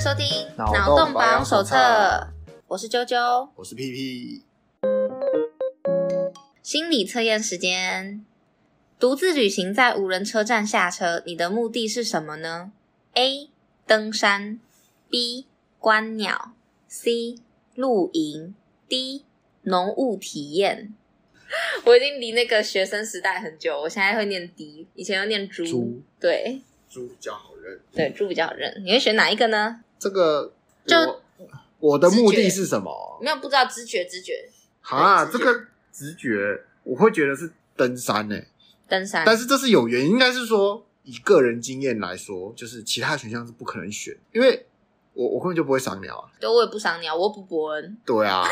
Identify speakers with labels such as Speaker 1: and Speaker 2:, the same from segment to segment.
Speaker 1: 收听《
Speaker 2: 脑
Speaker 1: 脑
Speaker 2: 洞
Speaker 1: 洞
Speaker 2: 保养
Speaker 1: 榜手
Speaker 2: 手
Speaker 1: 册
Speaker 2: 册》，
Speaker 1: 我是啾啾。
Speaker 2: 我是 PP，
Speaker 1: 心理测验时间：独自旅行在无人车站下车，你的目的是什么呢？A. 登山 B. 观鸟 C. 露营 D. 农务体验。 我已经离那个学生时代很久，我现在会念 D，以前要念猪。
Speaker 2: 猪
Speaker 1: 对
Speaker 2: 猪比较好认。
Speaker 1: 对，猪比较认。你会选哪一个呢？
Speaker 2: 这个
Speaker 1: 就
Speaker 2: 我我的目
Speaker 1: 直觉
Speaker 2: 的是什么？
Speaker 1: 没有不知道，直觉直觉，
Speaker 2: 啊，
Speaker 1: 对直
Speaker 2: 这
Speaker 1: 觉
Speaker 2: 个直觉我会觉得是登山呢、
Speaker 1: 登山。
Speaker 2: 但是这是有原因，应该是说以个人经验来说，就是其他选项是不可能选，因为我我根本就不会赏鸟啊。
Speaker 1: 对，我也不赏鸟，我不伯恩。
Speaker 2: 对啊，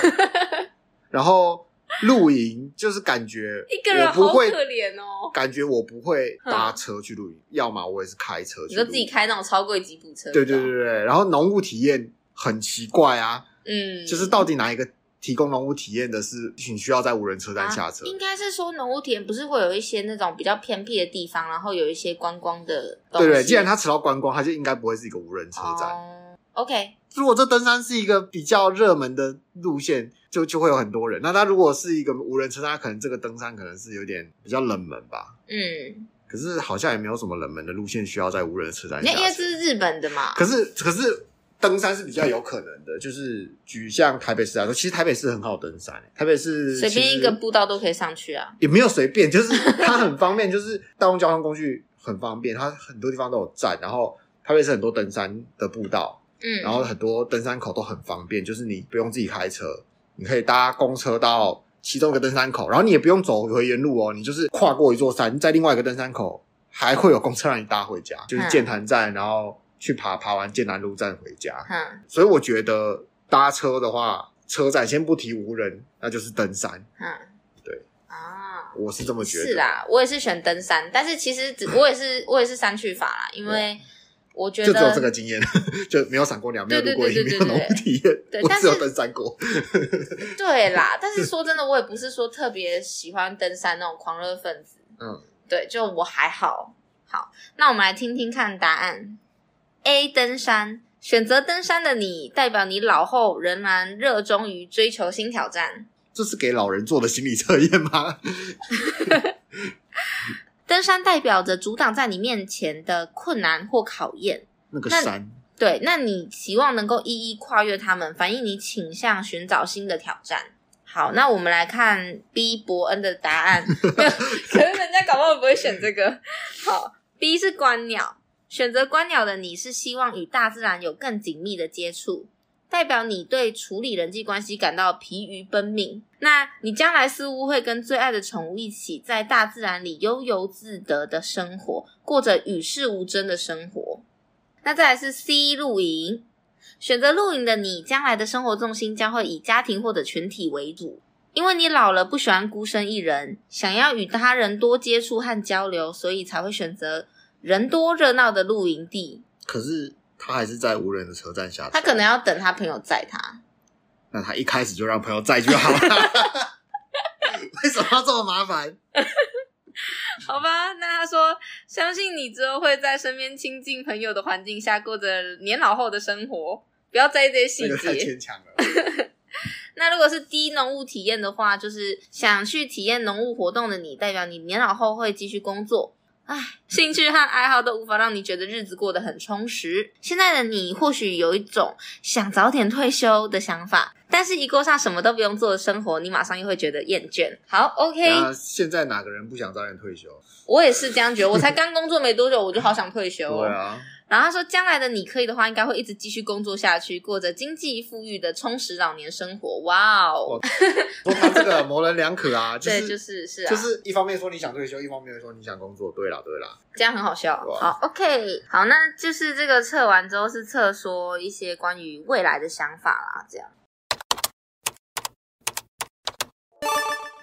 Speaker 2: 然后露营就是感觉
Speaker 1: 一个人
Speaker 2: 我不
Speaker 1: 好
Speaker 2: 会
Speaker 1: 可怜哦
Speaker 2: 感觉我不会搭车去露营，要么我也是开车去
Speaker 1: 你
Speaker 2: 露
Speaker 1: 说
Speaker 2: 营。
Speaker 1: 自己开啊那种超贵吉普车，
Speaker 2: 对对对，对，对然后农务体验很奇怪啊，
Speaker 1: 嗯，
Speaker 2: 就是到底哪一个提供农务体验的是你需要在无人车站下车
Speaker 1: 啊？应该是说农务田不是会有一些那种比较偏僻的地方，然后有一些观光的东
Speaker 2: 对
Speaker 1: 西。
Speaker 2: 对，既然它扯到观光，它就应该不会是一个无人车站。
Speaker 1: 哦 OK，
Speaker 2: 如果这登山是一个比较热门的路线，就就会有很多人。那它如果是一个无人车站，它可能这个登山可能是有点比较冷门吧。
Speaker 1: 嗯，
Speaker 2: 可是好像也没有什么冷门的路线需要在无人车站
Speaker 1: 那
Speaker 2: 下
Speaker 1: 因为这
Speaker 2: 车。
Speaker 1: 是日本的嘛，
Speaker 2: 可是可是登山是比较有可能的，就是举像台北市来说，其实台北市很好登山、欸台北市
Speaker 1: 随
Speaker 2: 其
Speaker 1: 便
Speaker 2: 实
Speaker 1: 一个步道都可以上去啊。
Speaker 2: 也没有随便， 就是它很方便，就是大众交通工具很方便，它很多地方都有站，然后台北市很多登山的步道，
Speaker 1: 嗯，
Speaker 2: 然后很多登山口都很方便，就是你不用自己开车，你可以搭公车到其中一个登山口，然后你也不用走回原路哦，你就是跨过一座山，在另外一个登山口还会有公车让你搭回家，就是剑潭站，然后去爬爬完剑南路站回家。
Speaker 1: 哼
Speaker 2: 所以我觉得搭车的话，车站先不提无人，那就是登山，
Speaker 1: 哼，
Speaker 2: 对
Speaker 1: 啊。
Speaker 2: 我是这么觉得。
Speaker 1: 是啦，我也是选登山，但是其实只我也是我也是山区法啦，因为我觉得
Speaker 2: 啊就只有这个经验， 就没有闪过鸟，没有路过
Speaker 1: 对
Speaker 2: 营，没
Speaker 1: 对对
Speaker 2: 有
Speaker 1: 对
Speaker 2: 农
Speaker 1: 对
Speaker 2: 体验
Speaker 1: 对，
Speaker 2: 我
Speaker 1: 但
Speaker 2: 只有
Speaker 1: 是
Speaker 2: 登山过。
Speaker 1: 对啦，但是说真的，我也不是说特别喜欢登山那种狂热分子。
Speaker 2: 嗯，
Speaker 1: 对，就我还好。好，那我们来听听看答案。A 登山，选择登山的你，代表你老后仍然热衷于追求新挑战。
Speaker 2: 这是给老人做的心理测验吗？
Speaker 1: 登山代表着阻挡在你面前的困难或考验。
Speaker 2: 那个
Speaker 1: 那
Speaker 2: 山，
Speaker 1: 对，那你期望能够一一跨越它们，反映你倾向寻找新的挑战。好，那我们来看 B 伯恩的答案，没有可能人家搞不好不会选这个。好，B 是观鸟，选择观鸟的你是希望与大自然有更紧密的接触，代表你对处理人际关系感到疲于奔命。那你将来似乎会跟最爱的宠物一起，在大自然里悠游自得的生活，过着与世无争的生活。那再来是 C 露营，选择露营的你，将来的生活重心将会以家庭或者群体为主，因为你老了不喜欢孤身一人，想要与他人多接触和交流，所以才会选择人多热闹的露营地。
Speaker 2: 可是他还是在无人的车站下车。
Speaker 1: 他可能，要等他朋友载他，
Speaker 2: 那他一开始就让朋友载就 好了。为什么要这么麻烦？
Speaker 1: 好吧？那他说，相信你之后会在身边亲近朋友的环境下，过着年老后的生活，不要在意这些细
Speaker 2: 那
Speaker 1: 节。
Speaker 2: 个太牵强了。
Speaker 1: 那如果是低农务体验的话，就是想去体验农务活动的你，代表你年老后会继续工作。唉，兴趣和爱好都无法让你觉得日子过得很充实。现在的你或许有一种想早点退休的想法，但是一过上什么都不用做的生活，你马上又会觉得厌倦。好，OK，
Speaker 2: 那现在哪个人不想早点退休？
Speaker 1: 我也是这样觉得。我才刚工作没多久，我就好想退休、哦。
Speaker 2: 对啊，
Speaker 1: 然后他说，将来的你可以的话，应该会一直继续工作下去，过着经济富裕的充实老年生活。哇哦！
Speaker 2: 说他这个模棱两可 啊，就。
Speaker 1: 对，就是是是啊，
Speaker 2: 就是一方面说你想退休，一方面说你想工作。对啦，对啦，
Speaker 1: 这样很好笑。
Speaker 2: 对
Speaker 1: 好，OK，好，那就是这个测完之后是测说一些关于未来的想法啦，这样。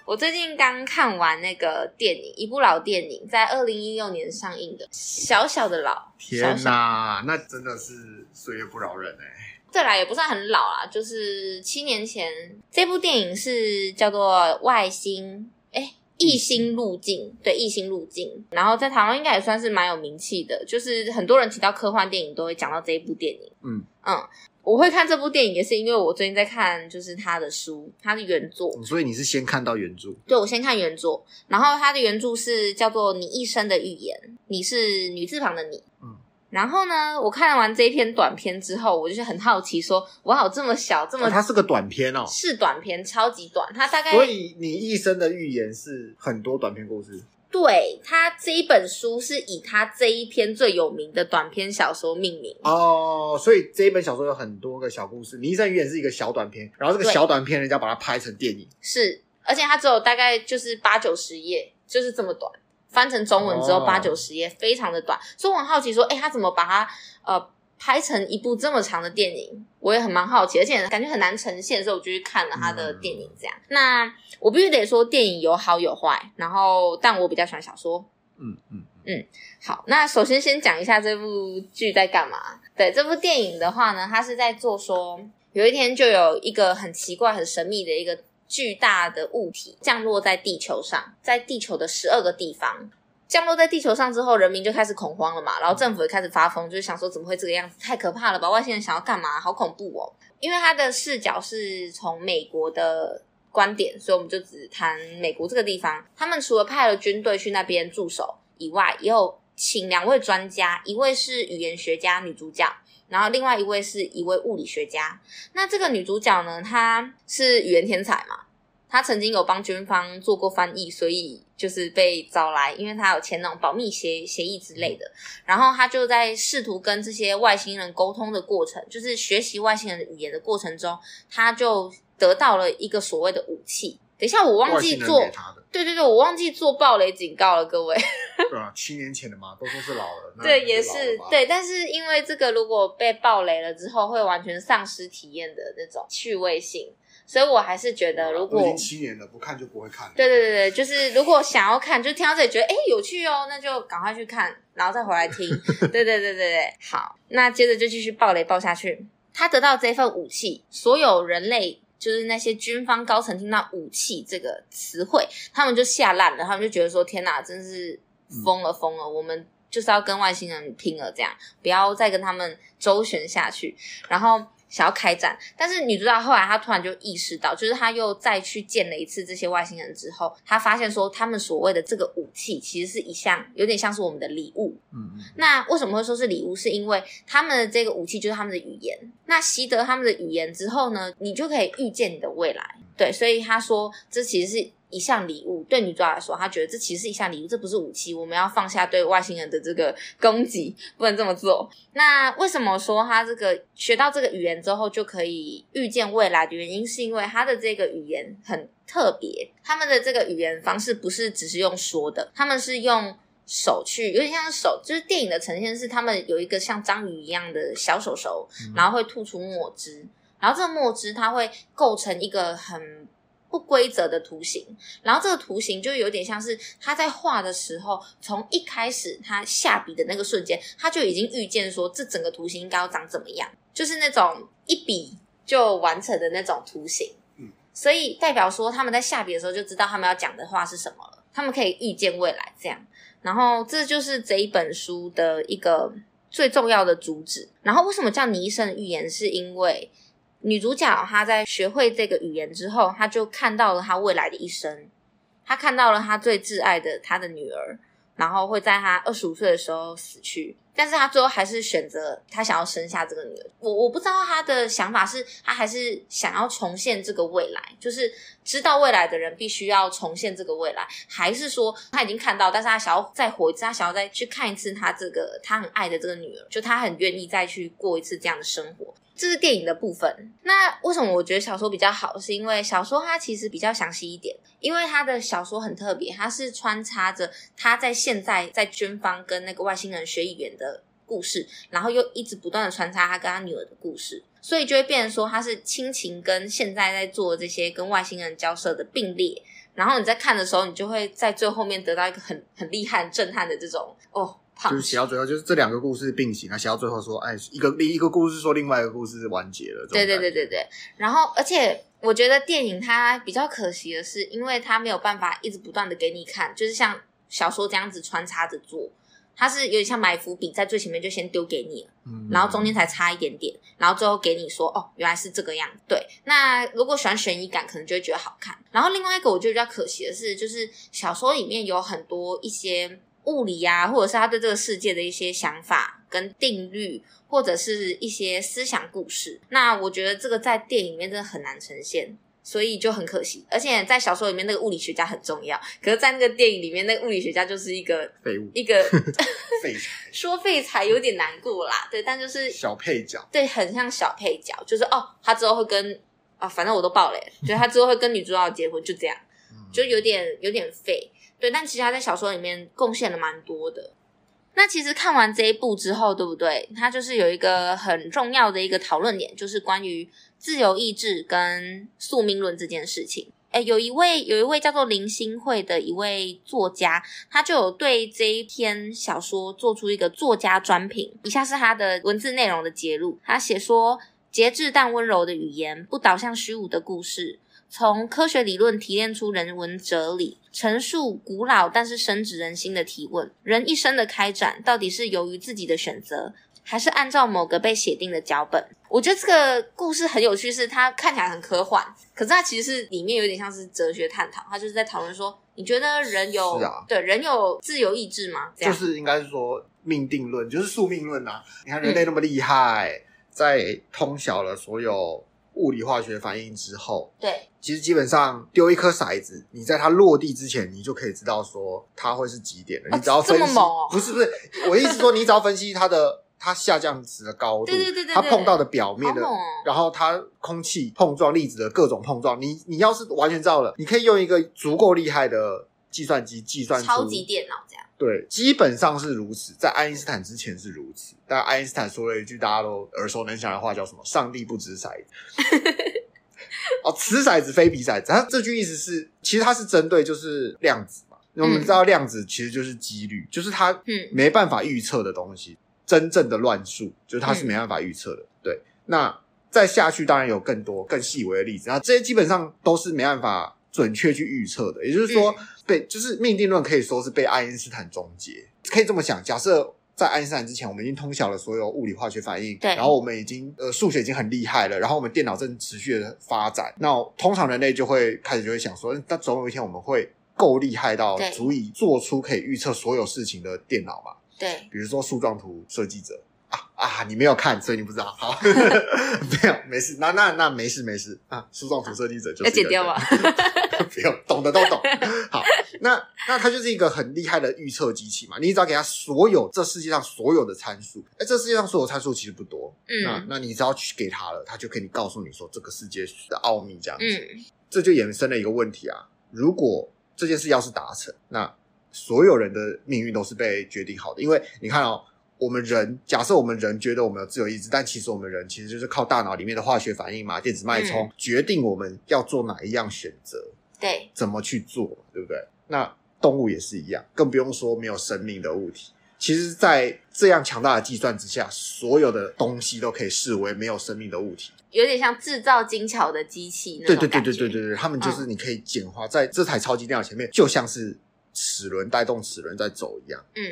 Speaker 1: 我最近刚看完那个电影，一部老电影，在二零一六年上映的《小小的老》。
Speaker 2: 天
Speaker 1: 小小
Speaker 2: 哪，那真的是岁月不饶人哎、
Speaker 1: 对啦，也不算很老啦，就是七年前。这部电影是叫做《外星》，哎，艺兴路径，对艺兴路径，然后在台湾应该也算是蛮有名气的，就是很多人提到科幻电影都会讲到这一部电影。
Speaker 2: 嗯
Speaker 1: 嗯，我会看这部电影也是因为我最近在看，就是他的书，他的原作。
Speaker 2: 所以你是先看到原著，
Speaker 1: 对，我先看原作，然后它的原著是叫做《你一生的预言》，你是女字旁的你。
Speaker 2: 嗯。
Speaker 1: 然后呢，我看完这一篇短片之后，我就是很好奇说哇，这么小，这么、
Speaker 2: 哦、它是个短片哦，
Speaker 1: 是短片，超级短，它大概
Speaker 2: 所以你一生的预言是很多短篇故事，
Speaker 1: 对它这一本书是以它这一篇最有名的短篇小说命名。
Speaker 2: 哦，所以这一本小说有很多个小故事，《你一生预言》是一个小短片，然后这个
Speaker 1: 对
Speaker 2: 小短片人家把它拍成电影，
Speaker 1: 是，而且它只有大概就是八九十页，就是这么短。翻成中文之后
Speaker 2: 哦
Speaker 1: 八九十页，非常的短，所以我很好奇说，哎、他怎么把它呃拍成一部这么长的电影？我也很蛮好奇，而且感觉很难呈现，所以我就去看了他的电影。这样，那我必须得说，电影有好有坏，然后但我比较喜欢小说。
Speaker 2: 嗯嗯，
Speaker 1: 好，那首先先讲一下这部剧在干嘛。对，这部电影的话呢，它是在做说，有一天就有一个很奇怪、很神秘的一个巨大的物体降落在地球上，在地球的十二个地方。降落在地球上之后，人民就开始恐慌了嘛，然后政府也开始发疯，就是想说怎么会这个样子，太可怕了吧！外星人想要干嘛？好恐怖哦！因为它的视角是从美国的观点，所以我们就只谈美国这个地方。他们除了派了军队去那边驻守以外，也有请两位专家，一位是语言学家女主角，然后另外一位是一位物理学家。那这个女主角呢，她是语言天才嘛，她曾经有帮军方做过翻译，所以就是被招来，因为她有签那种保密协协议之类的。然后她就在试图跟这些外星人沟通的过程，就是学习外星人的语言的过程中，她就得到了一个所谓的武器。等一下，我忘
Speaker 2: 外
Speaker 1: 记
Speaker 2: 星人
Speaker 1: 做
Speaker 2: 给，他的，
Speaker 1: 对对对，我忘记做暴雷警告了，各位。
Speaker 2: 对啊，七年前的嘛，都说是老了，那
Speaker 1: 对，
Speaker 2: 就
Speaker 1: 也
Speaker 2: 老
Speaker 1: 是
Speaker 2: 了吧，
Speaker 1: 对，但是因为这个如果被爆雷了之后，会完全丧失体验的那种趣味性，所以我还是觉得如果
Speaker 2: 我已经七年了，不看就不会看了，
Speaker 1: 对对对对，就是如果想要看，就听到这里觉得哎有趣哦，那就赶快去看，然后再回来听。对对对对对，好，那接着就继续暴雷暴下去。他得到这份武器，所有人类就是那些军方高层听到“武器”这个词汇，他们就吓烂了，他们就觉得说：“天哪，真是疯了疯了！我们就是要跟外星人拼了，这样不要再跟他们周旋下去。”然后想要开战，但是女主角后来她突然就意识到，就是她又再去见了一次这些外星人之后，她发现说他们所谓的这个武器其实是一项有点像是我们的礼物。
Speaker 2: 嗯嗯，
Speaker 1: 那为什么会说是礼物？是因为他们的这个武器就是他们的语言。那习得他们的语言之后呢，你就可以预见你的未来。对，所以她说这其实是。一项礼物对女主角来说，她觉得这其实是一项礼物，这不是武器。我们要放下对外星人的这个攻击，不能这么做。那为什么说他这个学到这个语言之后就可以预见未来的原因，是因为他的这个语言很特别，他们的这个语言方式不是只是用说的，他们是用手去，有点像是手，就是电影的呈现是他们有一个像章鱼一样的小手手，
Speaker 2: 嗯
Speaker 1: 然后会吐出墨汁，然后这个墨汁它会构成一个很。不规则的图形，然后这个图形就有点像是他在画的时候，从一开始他下笔的那个瞬间，他就已经预见说这整个图形应该要长怎么样，就是那种一笔就完成的那种图形。
Speaker 2: 嗯，
Speaker 1: 所以代表说他们在下笔的时候就知道他们要讲的话是什么了，他们可以预见未来这样。然后这就是这一本书的一个最重要的主旨。然后为什么叫《尼生的预言》？是因为女主角她在学会这个语言之后，她就看到了她未来的一生，她看到了她最挚爱的她的女儿，然后会在她二十五岁的时候死去。但是她最后还是选择她想要生下这个女儿。我我不知道她的想法是，她还是想要重现这个未来，就是知道未来的人必须要重现这个未来，还是说她已经看到，但是她想要再活一次，她想要再去看一次她这个她很爱的这个女儿，就她很愿意再去过一次这样的生活。这是电影的部分。那为什么我觉得小说比较好？是因为小说它其实比较详细一点，因为它的小说很特别，它是穿插着他在现在在军方跟那个外星人学语言的故事，然后又一直不断的穿插他跟他女儿的故事，所以就会变成说他是亲情跟现在在做这些跟外星人交涉的并列。然后你在看的时候，你就会在最后面得到一个很很厉害、很震撼的这种哦，胖
Speaker 2: 就是写到最后，就是这两个故事并行啊，写到最后说，哎，一个另一个故事说另外一个故事完结了，这种
Speaker 1: 对对
Speaker 2: 感
Speaker 1: 对
Speaker 2: 觉
Speaker 1: 对对。然后，而且我觉得电影它比较可惜的是，因为它没有办法一直不断的给你看，就是像小说这样子穿插着做，它是有点像埋伏笔，在最前面就先丢给你了，
Speaker 2: 嗯
Speaker 1: 然后中间才差一点点，然后最后给你说哦，原来是这个样子。对，那如果喜欢悬疑感，可能就会觉得好看。然后另外一个我觉得比较可惜的是，就是小说里面有很多一些物理啊，或者是他对这个世界的一些想法跟定律，或者是一些思想故事。那我觉得这个在电影里面真的很难呈现。所以就很可惜，而且在小说里面那个物理学家很重要，可是，在那个电影里面，那个物理学家就是一个
Speaker 2: 嗯废物
Speaker 1: 一个
Speaker 2: 废柴
Speaker 1: 说废材有点难过啦，对，但就是
Speaker 2: 小配角，
Speaker 1: 对，很像小配角，就是哦，他之后会跟啊，反正我都爆雷了，就是他之后会跟女主角结婚，就这样，
Speaker 2: 嗯
Speaker 1: 就有点有点废。对，但其实他在小说里面贡献了蛮多的。那其实看完这一部之后，对不对？它就是有一个很重要的一个讨论点，就是关于自由意志跟宿命论这件事情。哎，有一位有一位叫做林心慧的一位作家，他就有对这一篇小说做出一个作家专评。以下是他的文字内容的揭露，他写说：节制但温柔的语言，不导向虚无的故事，从科学理论提炼出人文哲理，陈述古老但是深植人心的提问：人一生的开展到底是由于自己的选择，还是按照某个被写定的脚本？我觉得这个故事很有趣，是它看起来很科幻，可是它其实是里面有点像是哲学探讨，它就是在讨论说，你觉得人有、
Speaker 2: 是啊
Speaker 1: 对人有自由意志吗？这
Speaker 2: 就
Speaker 1: 样、
Speaker 2: 是应该是说命定论，就是宿命论啊。你看人
Speaker 1: 嗯
Speaker 2: 类那么厉害，在通晓了所有物理化学反应之后，
Speaker 1: 对
Speaker 2: 其实基本上丢一颗骰子，你在它落地之前，你就可以知道说它会是几点了。
Speaker 1: 哦
Speaker 2: 你只要分
Speaker 1: 这
Speaker 2: 析，
Speaker 1: 么猛哦
Speaker 2: 不是不是，我的意思说，你只要分析它的它下降时的高度，
Speaker 1: 对对对对
Speaker 2: 它
Speaker 1: 对
Speaker 2: 碰到的表面的
Speaker 1: 好猛哦，
Speaker 2: 然后它空气碰撞粒子的各种碰撞，你你要是完全知道了，你可以用一个足够厉害的计算机计算出
Speaker 1: 超级电脑这样，
Speaker 2: 对，基本上是如此，在爱因斯坦之前是如此，但爱因斯坦说了一句大家都耳熟能详的话，叫什么？上帝不掷骰子。哦，此骰子非彼骰子，它这句意思是，其实它是针对就是量子嘛。那我们知道量子其实就是几率，就是它
Speaker 1: 嗯
Speaker 2: 没办法预测的东西，真正的乱数，就是它是没办法预测的。对，那再下去当然有更多更细微的例子，那这些基本上都是没办法准确去预测的。也就是说，
Speaker 1: 嗯
Speaker 2: 被就是命定论可以说是被爱因斯坦终结，可以这么想。假设在爱因斯坦之前，我们已经通晓了所有物理化学反应，
Speaker 1: 对
Speaker 2: 然后我们已经呃数学已经很厉害了，然后我们电脑正持续的发展。那通常人类就会开始就会想说，嗯那总有一天我们会够厉害到
Speaker 1: 对
Speaker 2: 足以做出可以预测所有事情的电脑嘛？
Speaker 1: 对，
Speaker 2: 比如说树状图设计者啊啊，你没有看，所以你不知道。好， 没有，没事，那那那没事没事啊，树状图设计者就是
Speaker 1: 要
Speaker 2: 一个
Speaker 1: 剪掉吗？
Speaker 2: 不用，懂的都懂。好，那那它就是一个很厉害的预测机器嘛，你只要给它所有这世界上所有的参数，哎，这世界上所有参数其实不多，那
Speaker 1: 嗯
Speaker 2: 那你只要去给它了，它就可以告诉你说这个世界的奥秘这样子。
Speaker 1: 嗯，
Speaker 2: 这就衍生了一个问题啊：如果这件事要是达成，那所有人的命运都是被决定好的。因为你看哦，我们人假设我们人觉得我们有自由意志，但其实我们人其实就是靠大脑里面的化学反应嘛，电子脉冲、决定我们要做哪一样选择，
Speaker 1: 对
Speaker 2: 怎么去做，对不对？那动物也是一样，更不用说没有生命的物体。其实，在这样强大的计算之下，所有的东西都可以视为没有生命的物体。
Speaker 1: 有点像制造精巧的机器那
Speaker 2: 对
Speaker 1: 种
Speaker 2: 对对
Speaker 1: 感觉嗯
Speaker 2: 对对对对，他们就是你可以简化，在这台超级电脑前面，就像是齿轮带动齿轮在走一样，
Speaker 1: 嗯，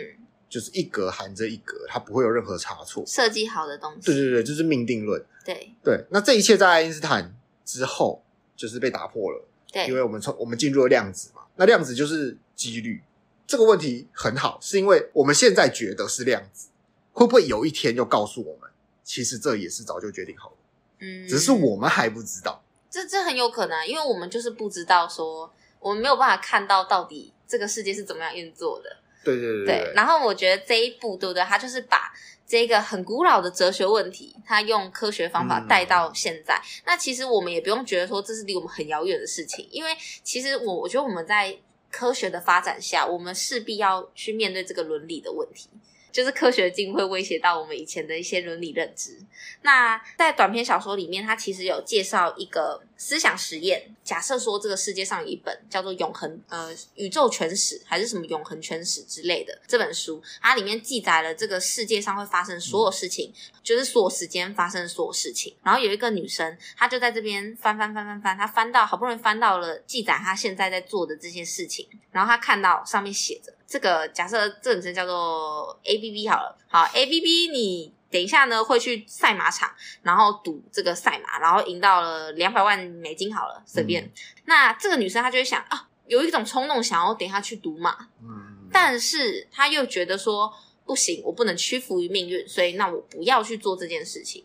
Speaker 2: 就是一格含着一格，它不会有任何差错。
Speaker 1: 设计好的东西，
Speaker 2: 对对对，这是命定论。
Speaker 1: 对
Speaker 2: 对，那这一切在爱因斯坦之后就是被打破了，
Speaker 1: 对，
Speaker 2: 因为我们从我们进入了量子嘛，那量子就是几率。这个问题很好，是因为我们现在觉得是量子，会不会有一天又告诉我们，其实这也是早就决定好的，
Speaker 1: 嗯，
Speaker 2: 只是我们还不知道。
Speaker 1: 这这很有可能啊，因为我们就是不知道说，我们没有办法看到到底这个世界是怎么样运作的。
Speaker 2: 对对对
Speaker 1: 对，然后我觉得这一部对不对？它就是把这个很古老的哲学问题，它用科学方法
Speaker 2: 嗯
Speaker 1: 带到现在。那其实我们也不用觉得说这是离我们很遥远的事情，因为其实我我觉得我们在科学的发展下，我们势必要去面对这个伦理的问题。就是科学性会威胁到我们以前的一些伦理认知。那在短篇小说里面，它其实有介绍一个思想实验。假设说这个世界上有一本叫做《永恒呃宇宙全史》还是什么《永恒全史》之类的这本书，它里面记载了这个世界上会发生所有事情，就是所有时间发生的所有事情。然后有一个女生，她就在这边翻翻翻翻翻，她翻到好不容易翻到了记载她现在在做的这些事情，然后她看到上面写着这个假设这女生叫做 A B B 好了，好 A B B 你。等一下呢，会去赛马场，然后赌这个赛马，然后赢到了两百万美金好了，随便。那这个女生她就会想啊，有一种冲动想要等一下去赌马，
Speaker 2: 嗯，
Speaker 1: 但是他又觉得说不行，我不能屈服于命运，所以那我不要去做这件事情。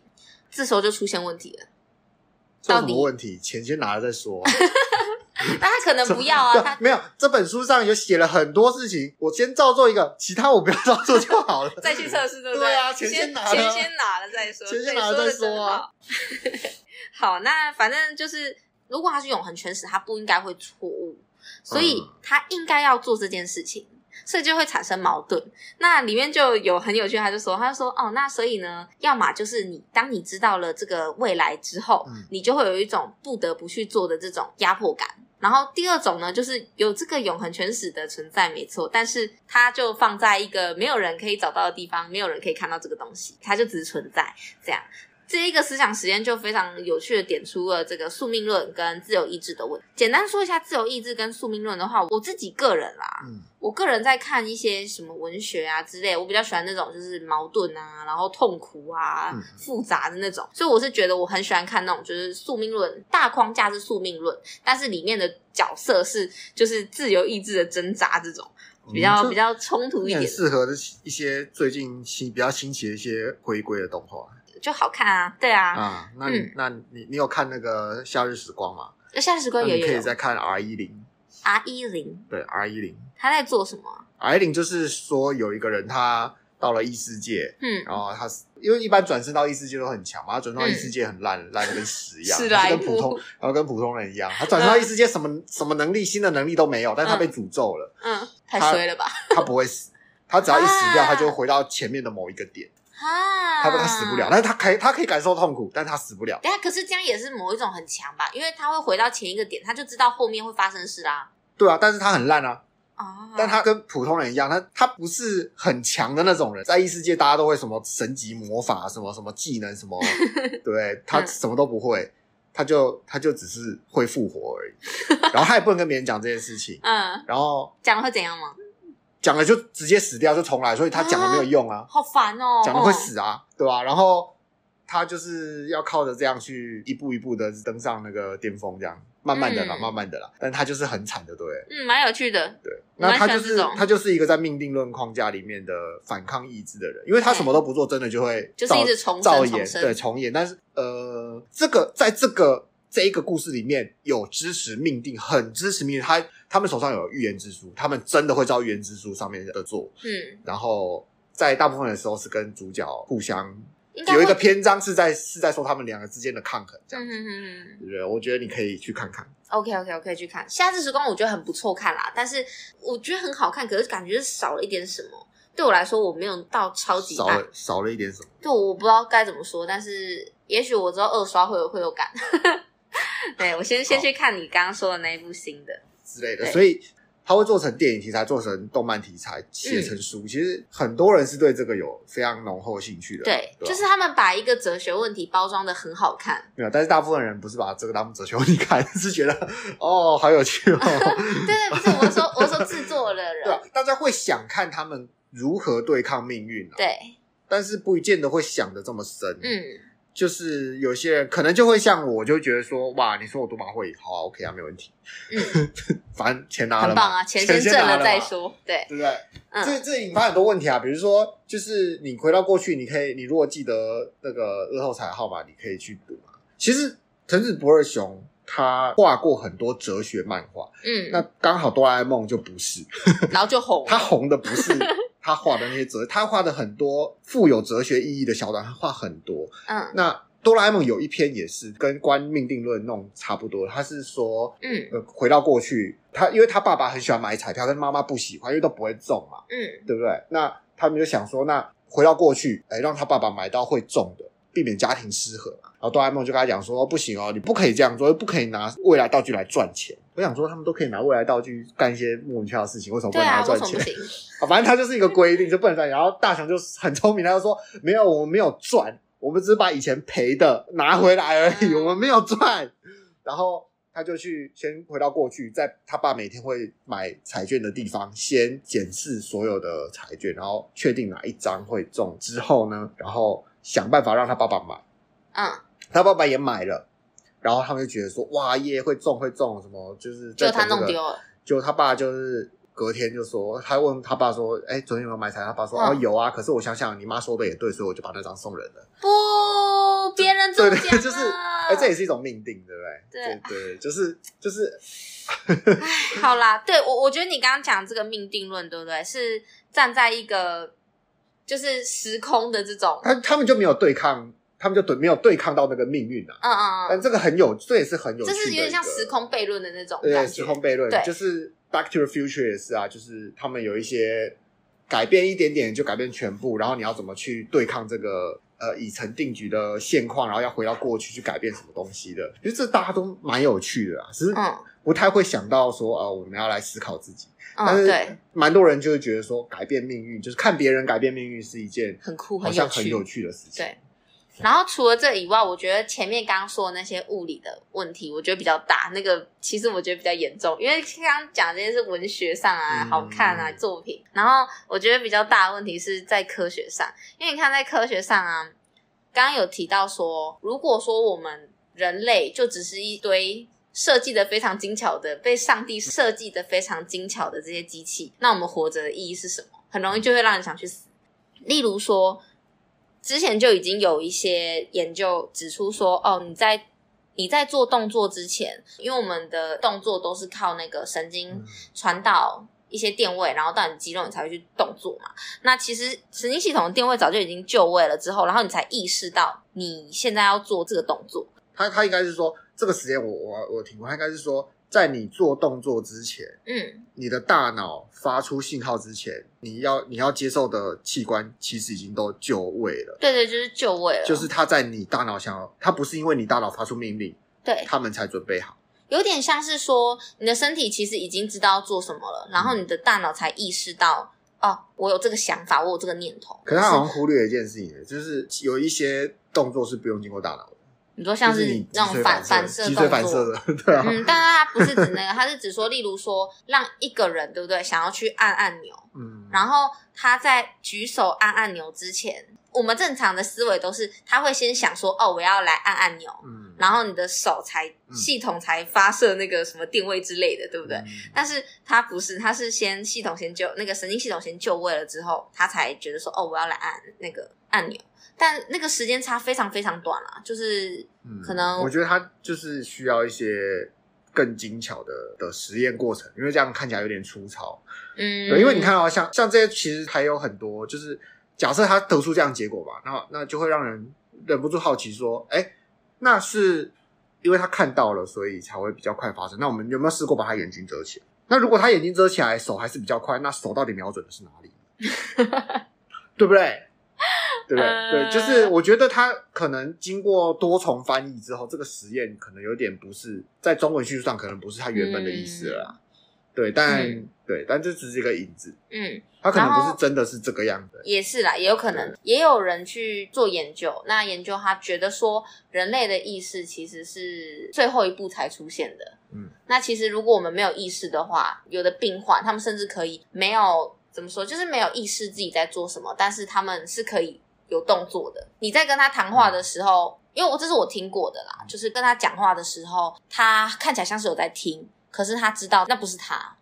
Speaker 1: 这时候就出现问 题了，
Speaker 2: 这有什
Speaker 1: 到底
Speaker 2: 么问题？钱先拿了再说、
Speaker 1: 那他可能不要啊，
Speaker 2: 对，
Speaker 1: 他
Speaker 2: 没有，这本书上有写了很多事情，我先照做一个，其他我不要照做就好了。
Speaker 1: 再去测试，对不
Speaker 2: 对啊
Speaker 1: 钱
Speaker 2: 钱
Speaker 1: 先
Speaker 2: 先拿了
Speaker 1: 钱先拿了再说，
Speaker 2: 钱先拿了再说啊
Speaker 1: 对。说得真好 好，那反正就是，如果他是永恒全史，他不应该会错误，所以
Speaker 2: 嗯
Speaker 1: 他应该要做这件事情。所以就会产生矛盾。那里面就有很有趣，他就说，他就说，哦，那所以呢，要么就是你当你知道了这个未来之后，
Speaker 2: 嗯
Speaker 1: 你就会有一种不得不去做的这种压迫感。然后第二种呢，就是有这个永恒全史的存在，没错，但是它就放在一个没有人可以找到的地方，没有人可以看到这个东西，它就只是存在这样。这一个思想实验就非常有趣的点出了这个宿命论跟自由意志的问题。简单说一下自由意志跟宿命论的话，我自己个人啦，
Speaker 2: 嗯，
Speaker 1: 我个人在看一些什么文学啊之类，我比较喜欢那种就是矛盾啊，然后痛苦啊、
Speaker 2: 嗯
Speaker 1: 复杂的那种，所以我是觉得我很喜欢看那种就是宿命论，大框架是宿命论，但是里面的角色是就是自由意志的挣扎这种，比较、
Speaker 2: 嗯
Speaker 1: 比较冲突一点
Speaker 2: 你
Speaker 1: 的，
Speaker 2: 很适合一些最近新比较新奇的一些回归的动画
Speaker 1: 就好看啊，对啊，
Speaker 2: 啊。那你、
Speaker 1: 嗯
Speaker 2: 那你你有看那个《夏日时光》吗？
Speaker 1: 那夏日时光
Speaker 2: 那
Speaker 1: 有
Speaker 2: 你可
Speaker 1: 有
Speaker 2: 以
Speaker 1: 有
Speaker 2: 再看 R 一零，
Speaker 1: R 一零，
Speaker 2: 对 R 一零
Speaker 1: 他在做什么啊？
Speaker 2: ，R 一零就是说有一个人他到了异世界，
Speaker 1: 嗯，
Speaker 2: 然后他是因为一般转身到异世界都很强嘛，他转身到异世界很
Speaker 1: 嗯
Speaker 2: 烂，烂的跟屎一 样，
Speaker 1: 史
Speaker 2: 他
Speaker 1: 莱
Speaker 2: 就
Speaker 1: 姆
Speaker 2: 跟普通，然后跟普通人一样。他转身到异世界，什么什么能力、新的能力都没有，但是他被诅咒了，
Speaker 1: 嗯嗯，太
Speaker 2: 他
Speaker 1: 衰了吧？
Speaker 2: 他不会死，他只要一死掉，
Speaker 1: 啊
Speaker 2: 他就会回到前面的某一个点，
Speaker 1: 啊，
Speaker 2: 他他死不了，但是他可以他可以感受痛苦，但他死不了。
Speaker 1: 等一下，可是这样也是某一种很强吧？因为他会回到前一个点，他就知道后面会发生事啦。
Speaker 2: 对啊，但是他很烂啊，
Speaker 1: 啊，
Speaker 2: 但他跟普通人一样，他他不是很强的那种人，在异世界大家都会什么神级魔法，什么什么技能，什么，对他
Speaker 1: 嗯
Speaker 2: 什么都不会，他就他就只是会复活而已， 然后他也不能跟别人讲这件事情，
Speaker 1: 嗯，
Speaker 2: 然后
Speaker 1: 讲了会怎样吗？
Speaker 2: 讲了就直接死掉就重来，所以他讲了没有用啊，
Speaker 1: 好烦哦，
Speaker 2: 讲了会死啊，对吧、然后他就是要靠着这样去一步一步的登上那个巅峰，这样慢慢的啦，
Speaker 1: 嗯
Speaker 2: 慢慢的啦，但他就是很惨的，对了。
Speaker 1: 嗯，蛮有趣的。
Speaker 2: 对，
Speaker 1: 我蛮
Speaker 2: 那他
Speaker 1: 喜
Speaker 2: 就
Speaker 1: 欢
Speaker 2: 是
Speaker 1: 这种
Speaker 2: 他就是一个在命定论框架里面的反抗意志的人，因为他什么都不做，真的就会
Speaker 1: 就是
Speaker 2: 造
Speaker 1: 一直重生
Speaker 2: 造
Speaker 1: 重
Speaker 2: 演，
Speaker 1: 生
Speaker 2: 对重演。但是呃，这个在这个这一个故事里面有支持命定，很支持命定。他他们手上有预言之书，他们真的会照预言之书上面的做，
Speaker 1: 嗯，
Speaker 2: 然后。在大部分的时候是跟主角互相
Speaker 1: 应该
Speaker 2: 有一个
Speaker 1: 会
Speaker 2: 篇章是在是在说他们两个之间的抗衡，这样
Speaker 1: 嗯
Speaker 2: 子。
Speaker 1: 嗯嗯嗯
Speaker 2: 对不对，我觉得你可以去看看。
Speaker 1: ，OK OK，我可以去看《夏至时光》，我觉得很不错看啦，但是我觉得很好看，可是感觉是少了一点什么。对我来说，我没有到超级
Speaker 2: 少
Speaker 1: 爱
Speaker 2: 了，少了一点什么？
Speaker 1: 就我不知道该怎么说，但是也许我之后二刷会有会有感。 对我先先去看你刚刚说的那一部新的，
Speaker 2: 之类的，
Speaker 1: 对
Speaker 2: 所以它会做成电影题材，做成动漫题材，写成
Speaker 1: 嗯
Speaker 2: 书。其实很多人是对这个有非常浓厚的兴趣的，
Speaker 1: 对，
Speaker 2: 吧
Speaker 1: 就是他们把一个哲学问题包装的很好看，
Speaker 2: 没有。但是大部分人不是把这个当哲学问题看， 是觉得哦好有趣哦，
Speaker 1: 对对，不是我说，我说制作的
Speaker 2: 对啊吧
Speaker 1: 人，？
Speaker 2: 大家会想看他们如何对抗命运啊，
Speaker 1: 对，
Speaker 2: 但是不见得会想的这么深。，
Speaker 1: 嗯，
Speaker 2: 就是有些人可能就会像我，就会觉得说哇，你说我读马会好、啊、，OK 啊，没问题，反正钱拿
Speaker 1: 嗯很
Speaker 2: 了嘛，
Speaker 1: 棒啊，钱先挣
Speaker 2: 拿
Speaker 1: 了
Speaker 2: 嘛
Speaker 1: 再说，对，
Speaker 2: 对不对？
Speaker 1: 嗯
Speaker 2: 这这引发很多问题啊，比如说，就是你回到过去，你可以，你如果记得那个乐透彩号码，你可以去赌嘛。其实藤子不二雄他画过很多哲学漫画，那
Speaker 1: 嗯，
Speaker 2: 刚好哆啦 A 梦就不是，
Speaker 1: 然后就红
Speaker 2: 他
Speaker 1: 了，
Speaker 2: 红的不 是他画的那些哲，他画的很多富有哲学意义的小短，他画很多，
Speaker 1: 嗯
Speaker 2: 那哆啦 A 梦有一篇也是跟关命定论弄差不多，他是说，
Speaker 1: 嗯
Speaker 2: 呃，回到过去，他因为他爸爸很喜欢买彩票，但是妈妈不喜欢，因为都不会中嘛，
Speaker 1: 嗯
Speaker 2: 对不对？那他们就想说，那回到过去，哎，让他爸爸买到会中的，避免家庭失和嘛。然后哆啦 A 梦就跟他讲说，不行哦，你不可以这样做，不可以拿未来道具来赚钱。我想说，他们都可以拿未来道具干一些莫名其妙的事情，为什么不
Speaker 1: 对
Speaker 2: 能拿
Speaker 1: 啊
Speaker 2: 来，
Speaker 1: 为
Speaker 2: 赚
Speaker 1: 什么
Speaker 2: 钱
Speaker 1: 不？行？
Speaker 2: 啊，反正他就是一个规定，就不能赚钱。然后大雄就是很聪明，他就说没有，我们没有赚，我们只是把以前赔的拿回来而已，
Speaker 1: 嗯
Speaker 2: 我们没有赚。然后他就去先回到过去，在他爸每天会买彩券的地方，先检视所有的彩券，然后确定哪一张会中之后呢，然后想办法让他爸爸买。
Speaker 1: 嗯，
Speaker 2: 他爸爸也买了，然后他们就觉得说哇耶会中会中什么，就是在
Speaker 1: 就他
Speaker 2: 等这
Speaker 1: 弄
Speaker 2: 个
Speaker 1: 丢了，
Speaker 2: 就他爸就是隔天就说，他问他爸说：“哎、昨天有没有买彩？”他爸说：“
Speaker 1: 嗯
Speaker 2: 哦，有啊。可是我想想，你妈说的也对，所以我就把那张送人了。
Speaker 1: 不，别人中
Speaker 2: 对
Speaker 1: 奖
Speaker 2: 对，
Speaker 1: 了，
Speaker 2: 就是哎、这也是一种命定，对不对？
Speaker 1: 嗯对
Speaker 2: 对对，就是就是
Speaker 1: 啊 好啦，对我我觉得你刚刚讲这个命定论，对不对？是站在一个就是时空的这种，嗯
Speaker 2: 他他们就没有对抗，他们就对没有对抗到那个命运啊。
Speaker 1: 嗯嗯，
Speaker 2: 但这个很有，这也是很有趣
Speaker 1: 这
Speaker 2: 的一个，
Speaker 1: 是有点像时空悖论的那种
Speaker 2: 对
Speaker 1: 感
Speaker 2: 时
Speaker 1: 觉。
Speaker 2: 空悖论
Speaker 1: 对，
Speaker 2: 就是《Back to the Future》也是啊，就是他们有一些改变一点点就改变全部，然后你要怎么去对抗这个呃已成定局的现况，然后要回到过去去改变什么东西的，其实这大家都蛮有趣的啊，只是
Speaker 1: 嗯
Speaker 2: 不太会想到说啊、呃我们要来思考自己，但
Speaker 1: 嗯，
Speaker 2: 是
Speaker 1: 对，
Speaker 2: 蛮多人就会觉得说改变命运，就是看别人改变命运是一件
Speaker 1: 很酷，
Speaker 2: 好
Speaker 1: 有
Speaker 2: 像很
Speaker 1: 趣。
Speaker 2: 有趣的事情，
Speaker 1: 对然后除了这以外，我觉得前面刚刚说的那些物理的问题，我觉得比较大。那个其实我觉得比较严重，因为刚刚讲这些是文学上啊、
Speaker 2: 嗯
Speaker 1: 好看啊作品，然后我觉得比较大的问题是在科学上，因为你看在科学上啊，刚刚有提到说，如果说我们人类就只是一堆。设计的非常精巧的，被上帝设计的非常精巧的这些机器，那我们活着的意义是什么？很容易就会让人想去死。例如说，之前就已经有一些研究指出说，哦，你在你在做动作之前，因为我们的动作都是靠那个神经
Speaker 2: 嗯
Speaker 1: 传导一些电位，然后到你肌肉你才会去动作嘛。那其实神经系统的电位早就已经就位了之后，然后你才意识到你现在要做这个动作。
Speaker 2: 他他应该是说这个时间我我我听过，他应该是说在你做动作之前。
Speaker 1: 嗯，
Speaker 2: 你的大脑发出信号之前，你要你要接受的器官其实已经都就位了，
Speaker 1: 对对，就是就位了，
Speaker 2: 就是它在你大脑想要，它不是因为你大脑发出命令，
Speaker 1: 对，
Speaker 2: 他们才准备好。
Speaker 1: 有点像是说，你的身体其实已经知道做什么了，
Speaker 2: 嗯
Speaker 1: 然后你的大脑才意识到，哦，我有这个想法，我有这个念头。
Speaker 2: 可是他好像忽略了一件事情，就是有一些动作是不用经过大脑的，
Speaker 1: 你说像
Speaker 2: 就是
Speaker 1: 是
Speaker 2: 你脊
Speaker 1: 那种
Speaker 2: 髓
Speaker 1: 反
Speaker 2: 反
Speaker 1: 射
Speaker 2: 脊
Speaker 1: 动作，
Speaker 2: 髓反射的， 对啊，
Speaker 1: 嗯，但是它不是指那个，它是指说，例如说，让一个人对不对，想要去按按钮，
Speaker 2: 嗯，
Speaker 1: 然后他在举手按按钮之前，我们正常的思维都是，他会先想说，哦，我要来按按钮，
Speaker 2: 嗯，
Speaker 1: 然后你的手才系统才发射那个什么定位之类的，对不对？
Speaker 2: 嗯
Speaker 1: 但是他不是，他是先系统先就那个神经系统先就位了之后，他才觉得说哦，我要来按那个按钮。但那个时间差非常非常短啦、就是
Speaker 2: 嗯
Speaker 1: 可能
Speaker 2: 我觉得他就是需要一些更精巧的的实验过程，因为这样看起来有点粗糙。
Speaker 1: 嗯，
Speaker 2: 对，因为你看啊、像像这些其实还有很多，就是假设他得出这样的结果吧，那那就会让人忍不住好奇说，哎，那是因为他看到了，所以才会比较快发生。那我们有没有试过把他眼睛遮起来？那如果他眼睛遮起来，手还是比较快，那手到底瞄准的是哪里？ 对不对？对不对？
Speaker 1: 呃
Speaker 2: 对，就是我觉得他可能经过多重翻译之后，这个实验可能有点不是在中文叙述上，可能不是他原本的意思了啦。对，但、
Speaker 1: 嗯
Speaker 2: 对，但这只是一个影子，
Speaker 1: 嗯
Speaker 2: 他可能
Speaker 1: 然后
Speaker 2: 不是真的是这个样子。
Speaker 1: 也是啦，也有可能也有人去做研究，那研究他觉得说人类的意识其实是最后一步才出现的。
Speaker 2: 嗯，
Speaker 1: 那其实如果我们没有意识的话，有的病患他们甚至可以没有怎么说，就是没有意识自己在做什么，但是他们是可以有动作的。你在跟他谈话的时候，因为我这是我听过的
Speaker 2: 嗯
Speaker 1: 啦，就是跟他讲话的时候，他看起来像是有在听，可是他知道那不是他，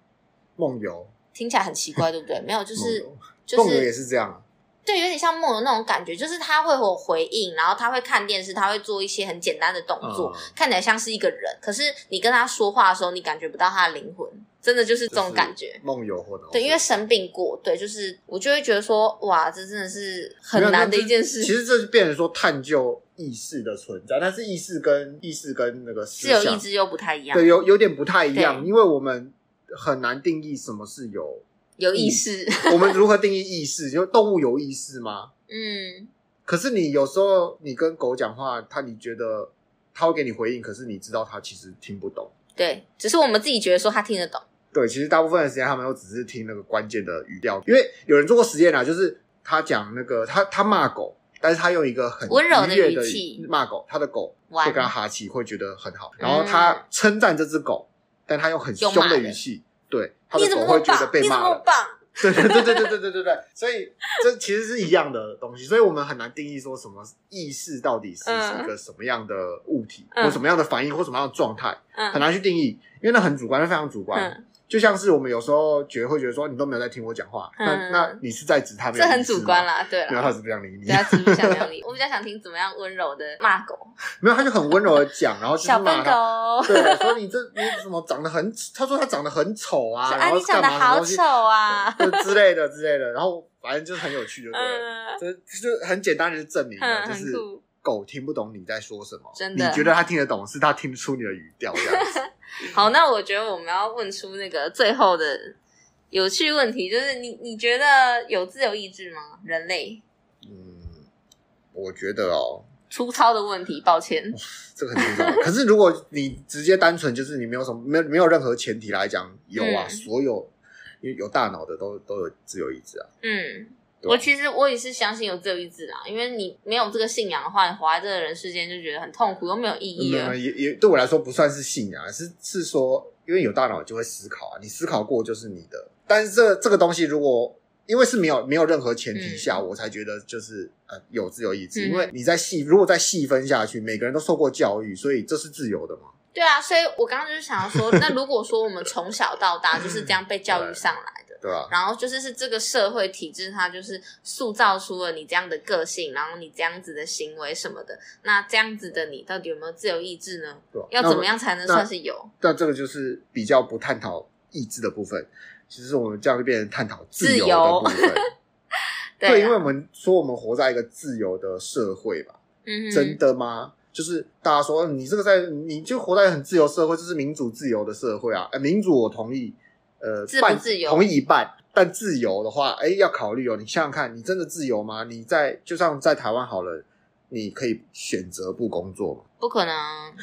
Speaker 2: 梦游，
Speaker 1: 听起来很奇怪，对不对？没有，就是
Speaker 2: 梦游
Speaker 1: 就
Speaker 2: 梦游
Speaker 1: 是
Speaker 2: 哦也是这样啊。
Speaker 1: 对，有点像梦游那种感觉，就是他会有回应，然后他会看电视，他会做一些很简单的动作，
Speaker 2: 嗯
Speaker 1: 看起来像是一个人，可是你跟他说话的时候，你感觉不到他的灵魂，真的就是这种感觉。
Speaker 2: 梦游或者
Speaker 1: 对，因为生病过，对，就是我就会觉得说，哇，这真的是很
Speaker 2: 没有
Speaker 1: 难
Speaker 2: 那
Speaker 1: 的
Speaker 2: 这
Speaker 1: 一件事，
Speaker 2: 其实这就变成说探究意识的存在，但是意识跟意识跟那个思
Speaker 1: 自由
Speaker 2: 想
Speaker 1: 意志又不太一样。
Speaker 2: 对有有点不太一样，
Speaker 1: 对
Speaker 2: 因为我们很难定义什么是有
Speaker 1: 有意识，
Speaker 2: 我们如何定义意识？就动物有意识吗？
Speaker 1: 嗯，
Speaker 2: 可是你有时候你跟狗讲话，它你觉得它会给你回应，可是你知道它其实听不懂。
Speaker 1: 对，只是我们自己觉得说他听得懂，
Speaker 2: 对，其实大部分的时间他们都只是听那个关键的语调，因为有人做过实验啊，就是他讲那个他他骂狗，但是他用一个很
Speaker 1: 温柔的
Speaker 2: 愉悦
Speaker 1: 语气
Speaker 2: 骂狗，他的狗
Speaker 1: 玩
Speaker 2: 会跟他哈气，会觉得很好，
Speaker 1: 嗯
Speaker 2: 然后他称赞这只狗，但他用很凶
Speaker 1: 用骂
Speaker 2: 的
Speaker 1: 的
Speaker 2: 语气，对，他的
Speaker 1: 你怎
Speaker 2: 狗
Speaker 1: 么那
Speaker 2: 会
Speaker 1: 么
Speaker 2: 觉
Speaker 1: 棒？
Speaker 2: 得
Speaker 1: 你
Speaker 2: 被
Speaker 1: 怎么
Speaker 2: 骂
Speaker 1: 那么
Speaker 2: 了，
Speaker 1: 棒？
Speaker 2: 对对对对对对对对对，所以这其实是一样的东西，所以我们很难定义说什么意识到底是
Speaker 1: 嗯
Speaker 2: 一个什么样的物体，
Speaker 1: 嗯
Speaker 2: 或什么样的反应，或什么样的状态，很
Speaker 1: 嗯
Speaker 2: 难去定义，因为那很主观，那非常主观。
Speaker 1: 嗯，
Speaker 2: 就像是我们有时候觉得会觉得说你都没有在听我讲话，
Speaker 1: 嗯
Speaker 2: 那那你是在指他没有
Speaker 1: 这
Speaker 2: 意识吗？
Speaker 1: 很主观啦，对
Speaker 2: 没有，
Speaker 1: 啦，
Speaker 2: 他是不想理你
Speaker 1: 对，啊，只是不想 量力。我比较想听怎么样温柔的骂狗，
Speaker 2: 没有，他就很温柔的讲，然后就是
Speaker 1: 小笨
Speaker 2: 骂他。
Speaker 1: 狗，
Speaker 2: 对，我说你这你怎么长得很，他说他长得很丑啊，
Speaker 1: 说
Speaker 2: 然
Speaker 1: 啊，
Speaker 2: 后
Speaker 1: 你长得
Speaker 2: 干嘛
Speaker 1: 好丑啊，
Speaker 2: 什么东西，就之类的之类的，然后反正就是很有趣，就对了，
Speaker 1: 嗯
Speaker 2: 这就很简单的证明了，
Speaker 1: 嗯，
Speaker 2: 就
Speaker 1: 很
Speaker 2: 是
Speaker 1: 酷，
Speaker 2: 狗听不懂你在说什么，
Speaker 1: 真
Speaker 2: 你
Speaker 1: 的
Speaker 2: 觉得它听得懂，是它听不出你的语调这 样子，
Speaker 1: 好，那我觉得我们要问出那个最后的有趣问题，就是你你觉得有自由意志吗？人类
Speaker 2: 嗯，我觉得哦，
Speaker 1: 粗糙的问题，抱歉。
Speaker 2: 这个很清楚。可是如果你直接单纯就是你没有什么没有没有任何前提来讲，有啊，
Speaker 1: 嗯
Speaker 2: 所有有有大脑的都都有自由意志啊。
Speaker 1: 嗯，
Speaker 2: 对
Speaker 1: 我其实我也是相信有自由意志啦，因为你没有这个信仰的话，你活在这个人世间就觉得很痛苦，又没有意义
Speaker 2: 没有
Speaker 1: 了。
Speaker 2: 也也对我来说不算是信仰，是是说因为有大脑就会思考啊，你思考过就是你的。但是这这个东西如果因为是没有没有任何前提下，我才觉得就是呃有自由意志，
Speaker 1: 嗯
Speaker 2: 因为你在细如果再细分下去，每个人都受过教育，所以这是自由的嘛。
Speaker 1: 对啊，所以我刚刚就是想要 说，那如果说我们从小到大就是这样被教育上来的，
Speaker 2: 对吧、
Speaker 1: 然后就是是这个社会体制，它就是塑造出了你这样的个性，然后你这样子的行为什么的，那这样子的你到底有没有自由意志呢？
Speaker 2: 对吧？
Speaker 1: 要
Speaker 2: 那
Speaker 1: 怎
Speaker 2: 我
Speaker 1: 么样才能
Speaker 2: 那
Speaker 1: 算是有
Speaker 2: 那这个就是比较不探讨意志的部分，其实我们这样就变成探讨自由的 部分。
Speaker 1: 啊
Speaker 2: 对，
Speaker 1: 对啊
Speaker 2: 因为我们说我们活在一个自由的社会吧，
Speaker 1: 嗯
Speaker 2: 真
Speaker 1: 哼，
Speaker 2: 的吗？就是大家说嗯你这个在你就活在很自由社会，这是民主自由的社会啊。呃、民主我同意，呃，
Speaker 1: 自不
Speaker 2: 半
Speaker 1: 自由
Speaker 2: 同意一半，但自由的话，哎，要考虑哦。你想想看，你真的自由吗？你在就像在台湾好了，你可以选择不工作嘛？
Speaker 1: 不可 能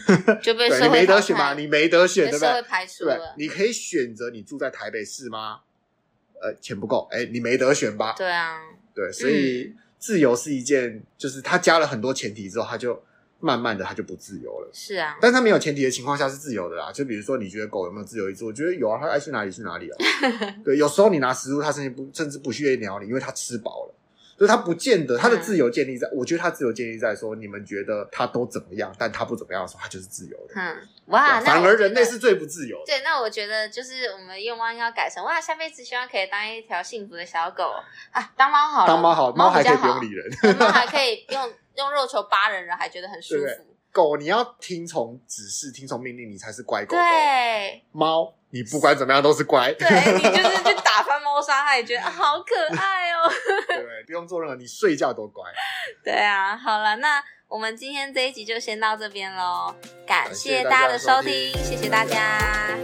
Speaker 1: 就被
Speaker 2: 对，
Speaker 1: 社
Speaker 2: 你
Speaker 1: 会
Speaker 2: 没
Speaker 1: 淘
Speaker 2: 得选嘛，
Speaker 1: 汰，
Speaker 2: 你没得选，
Speaker 1: 被
Speaker 2: 对不
Speaker 1: 社
Speaker 2: 对
Speaker 1: 会？排除
Speaker 2: 对
Speaker 1: 了，。
Speaker 2: 你可以选择你住在台北市吗？呃，钱不够，哎、你没得选吧？
Speaker 1: 对啊，
Speaker 2: 对，所以自由是一件，就是他加了很多前提之后，他就慢慢的他就不自由了。
Speaker 1: 是啊，
Speaker 2: 但他没有前提的情况下是自由的啦，就比如说你觉得狗有没有自由意志？我觉得有啊，它爱去哪里去哪 里啊。对，有时候你拿食物，它甚至不甚至不屑鸟你，因为它吃饱了，所以它不见
Speaker 1: 嗯
Speaker 2: 得它的自由建立在，我觉得它自由建立在说你们觉得它都怎么样，但它不怎么样的时候，它就是自由的。
Speaker 1: 嗯，哇，
Speaker 2: 对
Speaker 1: 那
Speaker 2: 反
Speaker 1: 我
Speaker 2: 而
Speaker 1: 觉
Speaker 2: 人类
Speaker 1: 得
Speaker 2: 是最不自由的。
Speaker 1: 对，那我觉得就是我们愿望应该要改成哇，下辈子希望可以当一条幸福的小狗啊，当猫好了，
Speaker 2: 当猫好，猫还
Speaker 1: 比
Speaker 2: 可以
Speaker 1: 较
Speaker 2: 不
Speaker 1: 好
Speaker 2: 用理，人，
Speaker 1: 猫还可以用用肉球扒人，人还觉得很舒
Speaker 2: 对不
Speaker 1: 服。
Speaker 2: 狗你要听从指示、听从命令，你才是乖狗狗。
Speaker 1: 对
Speaker 2: 猫，你不管怎么样都是乖，对
Speaker 1: 对，你就是去打翻猫砂，它也觉得、啊、好可爱哦。
Speaker 2: 不对？不用做任何，你睡觉都乖。
Speaker 1: 对啊，好了，那我们今天这一集就先到这边喽，感
Speaker 2: 感谢
Speaker 1: 谢
Speaker 2: 大
Speaker 1: 大家
Speaker 2: 家
Speaker 1: 的
Speaker 2: 收
Speaker 1: 收听，谢谢大家，